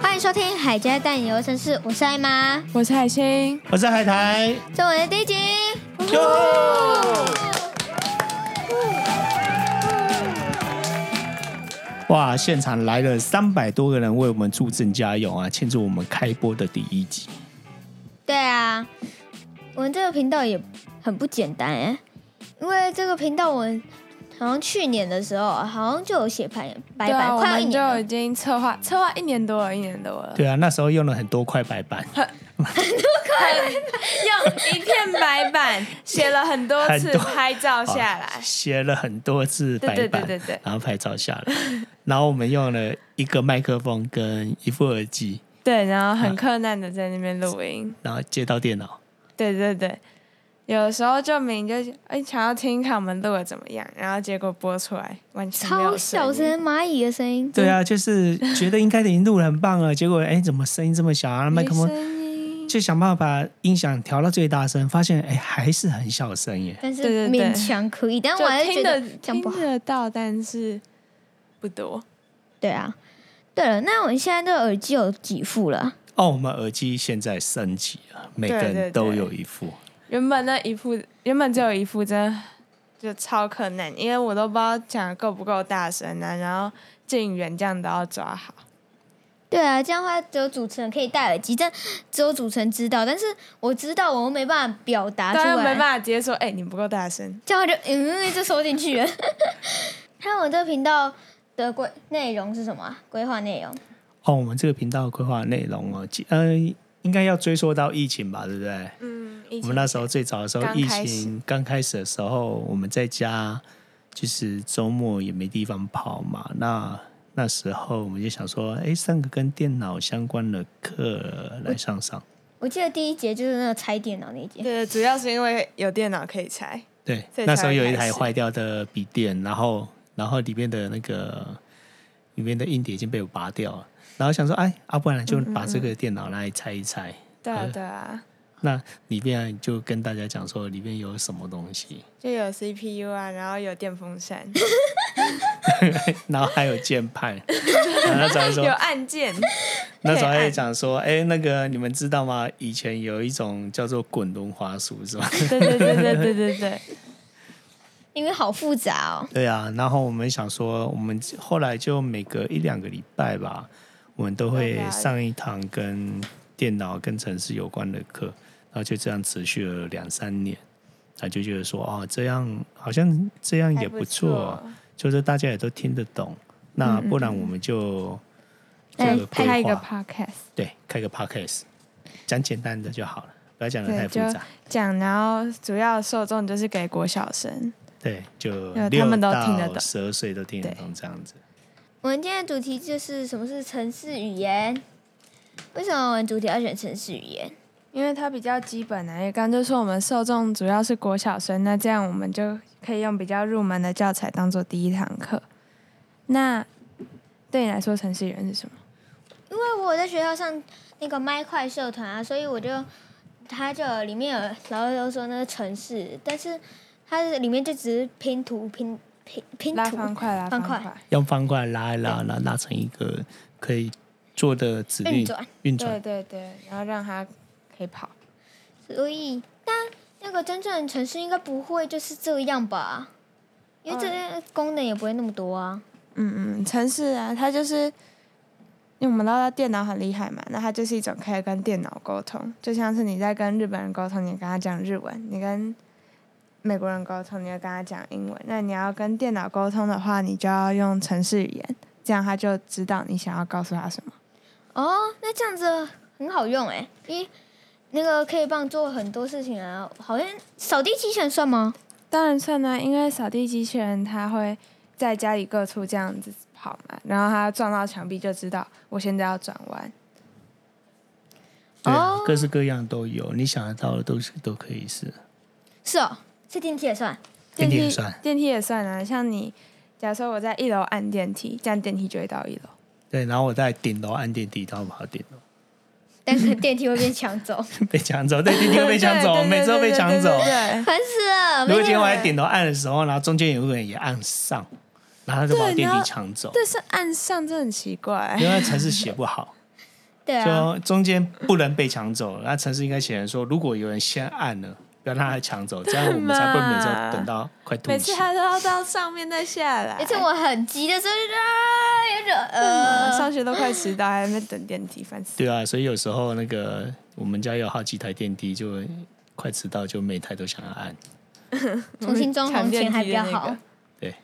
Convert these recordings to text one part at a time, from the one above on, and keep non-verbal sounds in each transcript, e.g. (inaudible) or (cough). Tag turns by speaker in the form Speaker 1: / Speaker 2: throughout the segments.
Speaker 1: 欢迎收听《海家带你游城市》，我是艾妈，
Speaker 2: 我是海星，
Speaker 3: 我是海苔。
Speaker 1: 这是我的第一集。
Speaker 3: 哇，现场来了三百多个人为我们助阵加油啊，庆祝我们开播的第一集。
Speaker 1: 对啊，我们这个频道也很不简单哎，因为这个频道我们好像去年的时候好像就有写白白
Speaker 2: 对啊，
Speaker 1: 板，
Speaker 2: 我
Speaker 1: 快要一
Speaker 2: 们
Speaker 1: 年
Speaker 2: 就
Speaker 1: 了
Speaker 2: 已经策划策划一年多了，一年多
Speaker 1: (laughs)
Speaker 2: 了，
Speaker 3: 对啊，那时候用了很多块白
Speaker 2: (laughs)
Speaker 3: 板，
Speaker 2: 用一片白板 (laughs) 写了很多次
Speaker 3: 很多
Speaker 2: 拍照下来，
Speaker 3: 写了很多次白板，
Speaker 2: 对对对对对
Speaker 3: 然后拍照下来，然后我们用了一个麦克风跟一副耳机，
Speaker 2: 对，然后很困难的在那边录音，
Speaker 3: 然后接到电脑。
Speaker 2: 对对对。有的时候就明就哎想要听看我们录的怎么样，然后结果播出来完全没
Speaker 1: 超
Speaker 2: 有
Speaker 1: 小
Speaker 2: 音，
Speaker 1: 声蚂蚁的声音，
Speaker 3: 对啊，就是觉得应该已经录得很棒了，结果哎，怎么声音这么小啊？麦
Speaker 2: 没
Speaker 3: 克风
Speaker 2: 声音，
Speaker 3: 就想办法把音响调到最大声，发现哎还是很小声耶。
Speaker 1: 但是
Speaker 2: 对对对
Speaker 1: 勉强可以，但我
Speaker 2: 就
Speaker 1: 还是觉
Speaker 2: 听
Speaker 1: 得
Speaker 2: 得
Speaker 1: 讲不好
Speaker 2: 听。得到，但是不多。
Speaker 1: 对啊，对了，那我们现在这个耳机有几副了？
Speaker 3: 哦，我们耳机现在升级了，每个
Speaker 2: 对对
Speaker 3: 人
Speaker 2: 对
Speaker 3: 都有一副。
Speaker 2: 原本那一副，原本只有一副，真的就超困难，因为我都不知道讲得够不够大声啊，然后近远这样都要抓好。
Speaker 1: 对啊，这样的话只有主持人可以戴耳机，但只有主持人知道。但是我知道我又没办法表达出
Speaker 2: 当然
Speaker 1: 来，
Speaker 2: 没办法直接说，哎、你不够大声。
Speaker 1: 这样就嗯就收进去了。 (laughs) 那我这频道的规内容是什么、啊？规划内容？
Speaker 3: 哦，我们这个频道的规划内容哦，其呃，应该要追溯到疫情吧，对不对？
Speaker 2: 嗯，
Speaker 3: 我们那时候最早的时候，
Speaker 2: 刚
Speaker 3: 疫
Speaker 2: 开始
Speaker 3: 情刚开始的时候，我们在家，就是周末也没地方跑嘛。那那时候我们就想说，哎，上个跟电脑相关的课来上上。
Speaker 1: 我记得第一节就是那个拆电脑那一节。
Speaker 2: 对，主要是因为有电脑可以拆，
Speaker 3: 对，
Speaker 2: 所以
Speaker 3: 那
Speaker 2: 才
Speaker 3: 时候
Speaker 2: 会
Speaker 3: 有一
Speaker 2: 开
Speaker 3: 台
Speaker 2: 始
Speaker 3: 坏掉的笔电，然后然后里面的那个里面的硬碟已经被我拔掉了，然后想说，哎，啊，不然就把这个电脑拿来拆一拆。
Speaker 2: 对啊对啊，
Speaker 3: 那里面就跟大家讲说里面有什么东西，
Speaker 2: 就有 CPU 啊，然后有电风扇，
Speaker 3: 然后还有键盘，然后那时候
Speaker 2: (laughs) 有
Speaker 3: 说，
Speaker 2: 按键，
Speaker 3: 那时候
Speaker 2: 对
Speaker 3: 还
Speaker 2: 按
Speaker 3: 讲说，哎，那个你们知道吗？以前有一种叫做滚轮滑鼠是吧？
Speaker 2: 对对对对对对对，
Speaker 1: 因为好复杂哦。
Speaker 3: 对啊，然后我们想说，我们后来就每隔一两个礼拜吧，我们都会
Speaker 2: 对啊
Speaker 3: 上一堂跟电脑、跟城市有关的课，然后就这样持续了两三年，他就觉得说，哦，这样好像这样 (laughs) 也
Speaker 2: 还
Speaker 3: 不错，，就是大家也都听得懂。那不然我们就做
Speaker 1: 哎
Speaker 3: 个规
Speaker 2: 拍一个
Speaker 3: 划，
Speaker 2: podcast。
Speaker 3: 对，开个 podcast，讲简单的就好了，不要讲的
Speaker 2: 对
Speaker 3: 太复
Speaker 2: 就
Speaker 3: 杂。
Speaker 2: 讲，然后主要受众就是给国小生。
Speaker 3: 对，就
Speaker 2: 呃他
Speaker 3: 六
Speaker 2: 们都听得
Speaker 3: 到
Speaker 2: 懂
Speaker 3: 十二岁都听得
Speaker 2: 对
Speaker 3: 懂这样子。
Speaker 1: 我们今天的主题就是什么是城市语言？为什么我们主题要选城市语言？
Speaker 2: 因为它比较基本啊，也刚就说我们受众主要是国小生，那这样我们就可以用比较入门的教材当做第一堂课。那对你来说，程序员是什么？
Speaker 1: 因为我有在学校上那个麦块社团啊，所以我就它就有里面有老师都说那是城市，但是它是里面就只是拼图拼拼拼
Speaker 2: 拉
Speaker 1: 图，
Speaker 2: 方块，拉方
Speaker 1: 方块
Speaker 2: 块，
Speaker 3: 用方块拉一拉，拉拉成一个可以做的指
Speaker 1: 运
Speaker 3: 令
Speaker 1: 转
Speaker 3: 运
Speaker 2: 对
Speaker 3: 转。
Speaker 2: 对对，然后让它可以跑。
Speaker 1: 所以但那个真正的城市应该不会就是这样吧？因为这些功能也不会那么多啊。
Speaker 2: 嗯嗯，程式啊，它就是因为我们都知道电脑很厉害嘛，那它就是一种可以跟电脑沟通，就像是你在跟日本人沟通，你跟他讲日文；你跟美国人沟通，你要跟他讲英文。那你要跟电脑沟通的话，你就要用程式语言，这样他就知道你想要告诉他什么。
Speaker 1: 哦，那这样子很好用哎、因为那个可以帮你做很多事情啊，好像扫地机器人算吗？
Speaker 2: 当然算啦、因为扫地机器人它会在家里各处这样子跑嘛，然后它撞到墙壁就知道我现在要转弯。
Speaker 3: 对啊
Speaker 1: 哦，
Speaker 3: 各式各样都有，你想得到的都是都可以是。
Speaker 1: 是哦，是电梯也算。
Speaker 3: 电梯也算，
Speaker 2: 电梯也算啊。像你，假设我在一楼按电梯，这样电梯就会到一楼。 (laughs)
Speaker 3: 对，然后我在顶楼按电梯，然后跑到顶楼。
Speaker 1: 但可能电梯会被抢
Speaker 3: (laughs)
Speaker 1: 走，
Speaker 3: 被抢走，对，弟弟被抢走，
Speaker 2: 对
Speaker 3: 每次都被抢走。
Speaker 2: 对对对
Speaker 1: 烦死了。
Speaker 3: 如
Speaker 1: 没
Speaker 3: 果今天
Speaker 1: 有
Speaker 3: 我还
Speaker 1: 人
Speaker 3: 点头按的时候，然后中间有个人也按上，然后他就把我
Speaker 2: 对
Speaker 3: 电
Speaker 2: 然
Speaker 3: 梯
Speaker 2: 后
Speaker 3: 抢走，
Speaker 2: 但是岸上这很奇怪，
Speaker 3: 因为程式写
Speaker 2: (laughs)
Speaker 3: 不好，
Speaker 1: 对啊，
Speaker 3: 就中间不能被抢走。那程式应该写成说，如果有人先按了，不要让他抢走，这样我们才不会每次都等到快
Speaker 2: (laughs)
Speaker 3: 吐
Speaker 2: 每
Speaker 3: 血
Speaker 2: 次。他都要到上面再下来
Speaker 1: 而。且我很急的时候就啊，有点
Speaker 3: 嗯
Speaker 2: 呃，
Speaker 1: 呃，
Speaker 2: 上学都快迟到，还在那边等电梯，烦死！
Speaker 3: 对啊，所以有时候那个我们家有好几台电梯，就快迟到，就每台都想要按。
Speaker 1: 重新装
Speaker 2: 抢
Speaker 1: 潢
Speaker 2: 电
Speaker 1: 前
Speaker 2: 梯
Speaker 1: 还比较
Speaker 2: 的那
Speaker 1: 好
Speaker 2: 个。
Speaker 3: 对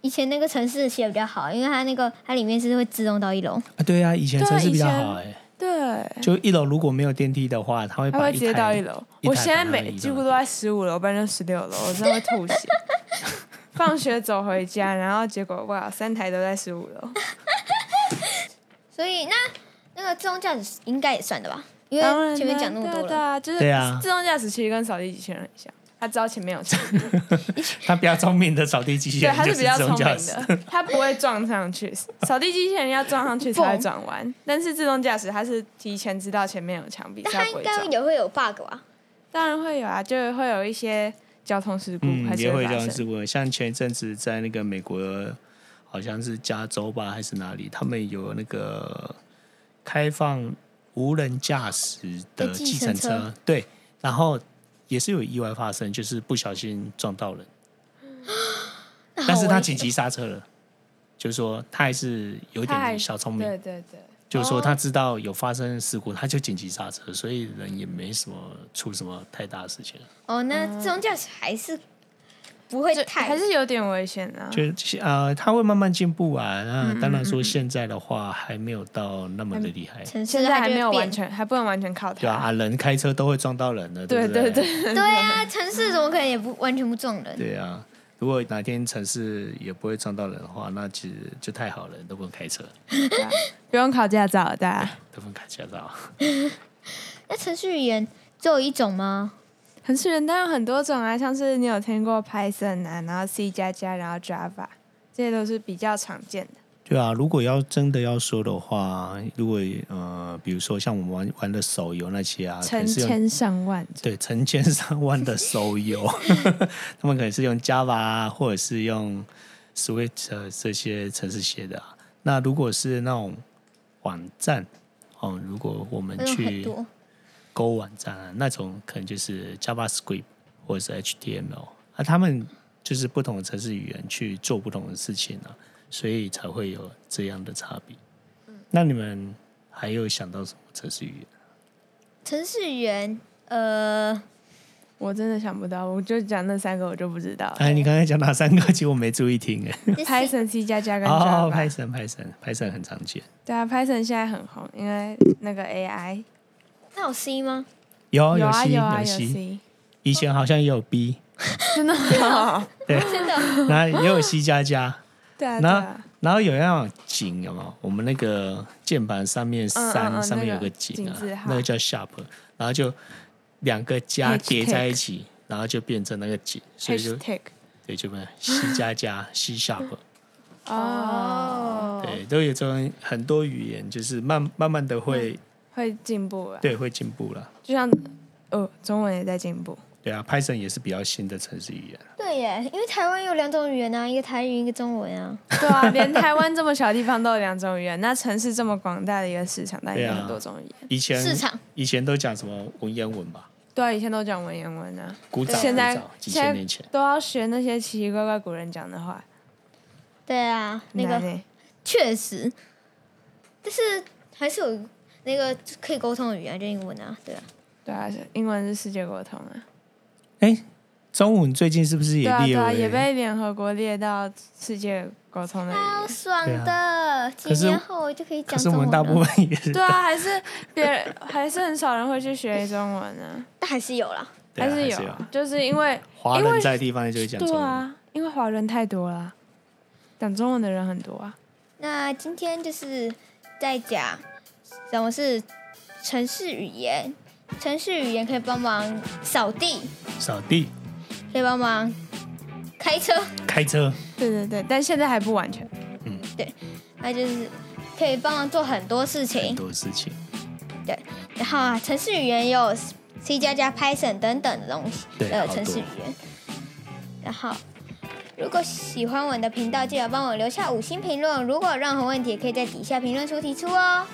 Speaker 1: 以前那个城市写得比较好，因为它那个它里面是会自动到一楼，
Speaker 3: 啊，对啊，以前
Speaker 2: 对啊
Speaker 3: 城市比较
Speaker 2: 以前
Speaker 3: 好哎、
Speaker 2: 对，
Speaker 3: 就一楼如果没有电梯的话，他会
Speaker 2: 他
Speaker 3: 把
Speaker 2: 会
Speaker 3: 一
Speaker 2: 直接
Speaker 3: 台
Speaker 2: 到一楼。
Speaker 3: 一
Speaker 2: 我
Speaker 3: 台
Speaker 2: 现在
Speaker 3: 把它
Speaker 2: 每
Speaker 3: 移
Speaker 2: 几
Speaker 3: 到
Speaker 2: 乎
Speaker 3: 一
Speaker 2: 都在十五楼，不然就十六楼，我真的会吐
Speaker 3: (laughs)
Speaker 2: 血。放学走回家，然后结果哇，三台都在十五楼。
Speaker 1: 所以那那个自动驾驶应该也算的吧？因
Speaker 2: 当然
Speaker 1: 为
Speaker 2: 啦，
Speaker 1: 前面讲那么
Speaker 2: 对
Speaker 1: 多了，
Speaker 2: 啊对啊，就是
Speaker 3: 对啊
Speaker 2: 自动驾驶其实跟扫地机器人很像，它知道前面有车，
Speaker 3: 他比较聪明的扫地机
Speaker 2: (laughs)
Speaker 3: 器
Speaker 2: 对，
Speaker 3: 人，
Speaker 2: 它
Speaker 3: 就是
Speaker 2: 比较
Speaker 3: 自
Speaker 2: 聪
Speaker 3: 动
Speaker 2: 明
Speaker 3: 驾驶。
Speaker 2: 的， (laughs) 它不会撞上去。扫地机器人要撞上去才会转弯，但是自动驾驶它是提前知道前面有墙壁，所
Speaker 1: 但它
Speaker 2: 以它
Speaker 1: 应
Speaker 2: 不会
Speaker 1: 该
Speaker 2: 撞。
Speaker 1: 也会有 bug 吧？
Speaker 2: 当然会有啊，就会有一些交通事故
Speaker 3: 嗯
Speaker 2: 还，是
Speaker 3: 也
Speaker 2: 会
Speaker 3: 会这
Speaker 2: 发
Speaker 3: 样
Speaker 2: 生。
Speaker 3: 子问。像前一阵子在那个美国，好像是加州吧，还是哪里，他们有那个开放无人驾驶的
Speaker 1: 的计
Speaker 3: 计
Speaker 1: 程
Speaker 3: 程车
Speaker 1: 车，
Speaker 3: 对，然后也是有意外发生，就是不小心撞到人，
Speaker 1: 那好
Speaker 3: (laughs) 但是他
Speaker 1: 危
Speaker 3: 紧急刹车了，就是说他还是有
Speaker 2: 他还
Speaker 3: 点小聪明
Speaker 2: 对，哦对对，
Speaker 3: 就是说他知道有发生事故，他就紧急刹车，所以人也没什么出什么太大的事情。
Speaker 1: 哦，那
Speaker 2: 嗯
Speaker 1: 自动驾驶还是不会
Speaker 2: 就
Speaker 1: 太
Speaker 2: 还是有点危险啊。
Speaker 3: 就呃，他会慢慢进步啊。那
Speaker 2: 嗯
Speaker 3: 当然说现在的话还没有到那么的厉害，
Speaker 1: 城市
Speaker 2: 现在
Speaker 1: 它
Speaker 2: 还
Speaker 1: 就
Speaker 2: 没
Speaker 1: 会
Speaker 2: 有
Speaker 1: 变
Speaker 2: 完全，还不能完全靠它。
Speaker 3: 对啊，啊人开车都会撞到人的，
Speaker 2: 对
Speaker 3: 不
Speaker 2: 对
Speaker 3: 对
Speaker 2: 对，
Speaker 1: 对啊，城市怎么可能也不完全不撞人？
Speaker 3: 对啊。如果哪天城市也不会撞到人的话，那其实就太好了，都不用开车，
Speaker 2: 对啊不用考驾照啊的，大家
Speaker 3: 都不用开驾照。
Speaker 1: 那程序员只有一种吗？
Speaker 2: 程序员当然有很多种啊，像是你有听过 Python 啊，然后 C 加加，然后 Java，这些都是比较常见的。
Speaker 3: 对啊，如果要真的要说的话，如果呃，比如说像我们玩玩的手游那些啊，可
Speaker 2: 成
Speaker 3: 能是用
Speaker 2: 千上万种，
Speaker 3: 对成千上万的手游，他们可能是用 Java 啊，或者是用 Swift 呃这些程式写的啊、那如果是那种网站，哦，如果我们
Speaker 1: 那种很
Speaker 3: 去
Speaker 1: 多，
Speaker 3: 勾网站啊，那种可能就是 JavaScript 或者是 HTML 啊，他们就是不同的程式语言去做不同的事情啊，所以才会有这样的差别。那你们还有想到什么程式语言？
Speaker 2: 嗯
Speaker 1: 程序员呃，
Speaker 2: 我真的想不到，我就讲那三个我就不知道了。
Speaker 3: 哎，你刚才讲哪三个？其实我没注
Speaker 2: (laughs)
Speaker 3: 意听哎。
Speaker 2: Python、C 加加跟
Speaker 3: 哦
Speaker 2: Java，
Speaker 3: ，Python Python Python 很常见，
Speaker 2: 对啊，Python 现在很红，因为那个 AI
Speaker 1: 那有 C 吗？ (laughs)
Speaker 3: 哦有
Speaker 2: 有啊
Speaker 3: C
Speaker 2: 有啊有
Speaker 3: C，
Speaker 2: C，
Speaker 3: 以前好像也有
Speaker 2: (laughs)
Speaker 3: B，
Speaker 2: 真的吗
Speaker 3: 对，
Speaker 1: 真的，
Speaker 3: 然后也有 C 加加，
Speaker 2: (laughs) 对啊对
Speaker 3: 然后
Speaker 2: 啊，
Speaker 3: 然后有那种井有没有？我们那个键盘上面
Speaker 2: 嗯嗯
Speaker 3: 三
Speaker 2: 嗯
Speaker 3: 上面有个
Speaker 2: 那
Speaker 3: 井
Speaker 2: 个
Speaker 3: 啊
Speaker 2: 井字号，
Speaker 3: 那个叫 sharp，然后就两个加
Speaker 2: Hashtag
Speaker 3: 叠在一起，然后就变成那个井，所以就
Speaker 2: hashtag
Speaker 3: 对就变成 C
Speaker 2: (laughs)
Speaker 3: 加加 C sharp，
Speaker 2: 哦，
Speaker 3: 对，都有这种很多语言，就是慢慢慢的
Speaker 2: 嗯
Speaker 3: 会
Speaker 2: 会进步啊。
Speaker 3: 对会进步了。
Speaker 2: 就像哦，中文也在进步。
Speaker 3: 对啊，Python 也是比较新的程式语言。
Speaker 1: 对耶，因为台湾有两种语言啊，一个台语，一个中文啊。
Speaker 2: (laughs) 对啊，连台湾这么小地方都有两种语言，那城市这么广大的一个市场，当然
Speaker 3: 对
Speaker 2: 有
Speaker 3: 啊
Speaker 2: 很多种语言。
Speaker 3: 以前
Speaker 1: 市场
Speaker 3: 以前都讲什么文言文吧，
Speaker 2: 对啊，以前都讲文言文啊，
Speaker 3: 古早
Speaker 2: 现在
Speaker 3: 古早几
Speaker 2: 现
Speaker 3: 千
Speaker 2: 在
Speaker 3: 年前，
Speaker 2: 都要学那些奇奇怪怪古人讲的话。
Speaker 1: 对啊，那
Speaker 2: 很难
Speaker 1: 个
Speaker 2: 欸
Speaker 1: 确实，但是还是有那个可以沟通的语言，就英文啊，对啊。
Speaker 2: 对啊，英文是世界国通啊。
Speaker 3: 哎，中文最近是不是
Speaker 2: 对
Speaker 3: 也
Speaker 2: 啊，对
Speaker 3: 列
Speaker 2: 啊，也
Speaker 3: 为？
Speaker 2: 被联合国列到世界沟通的语
Speaker 1: 超
Speaker 2: 言。
Speaker 1: 爽
Speaker 3: 对啊
Speaker 1: 的，几
Speaker 3: 可是
Speaker 1: 年后我就可以
Speaker 3: 可
Speaker 1: 讲
Speaker 3: 是
Speaker 1: 中
Speaker 3: 我
Speaker 1: 文
Speaker 3: 们大部
Speaker 1: 了。
Speaker 3: 分也是
Speaker 2: 对啊，还是别人 (laughs) 还是很少人会去学中文啊，
Speaker 1: 但还是有啦，
Speaker 3: 对啊
Speaker 2: 是
Speaker 3: 还
Speaker 2: 有
Speaker 3: 是
Speaker 2: 啊，就是因为
Speaker 3: 华
Speaker 2: 因
Speaker 3: 人
Speaker 2: 为
Speaker 3: 在的地方就会讲中
Speaker 2: 对
Speaker 3: 文。
Speaker 2: 啊，因为华人太多了，讲中文的人很多啊。
Speaker 1: 那今天就是在讲什么是城市语言，城市语言可以帮忙扫地，
Speaker 3: 扫地、
Speaker 1: 可以帮忙开车，
Speaker 3: 开车，
Speaker 2: 对对对，但现在还不完全。
Speaker 1: 那就是可以帮忙做很多事
Speaker 3: 很
Speaker 1: 情。
Speaker 3: 多事情。
Speaker 1: 然后啊，程式语言也有 C 加加、Python 等等的东西，
Speaker 3: 对
Speaker 1: 都有
Speaker 3: 好
Speaker 1: 程式
Speaker 3: 多
Speaker 1: 语言。然后，如果喜欢我们的频道，记得帮我留下五星评论。如果有任何问题，也可以在底下评论处提出哦。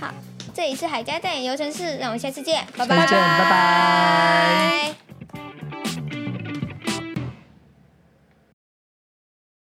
Speaker 1: 好，这里是海家带游程式，让我们下次见，拜拜，
Speaker 2: 下次见拜拜
Speaker 1: 拜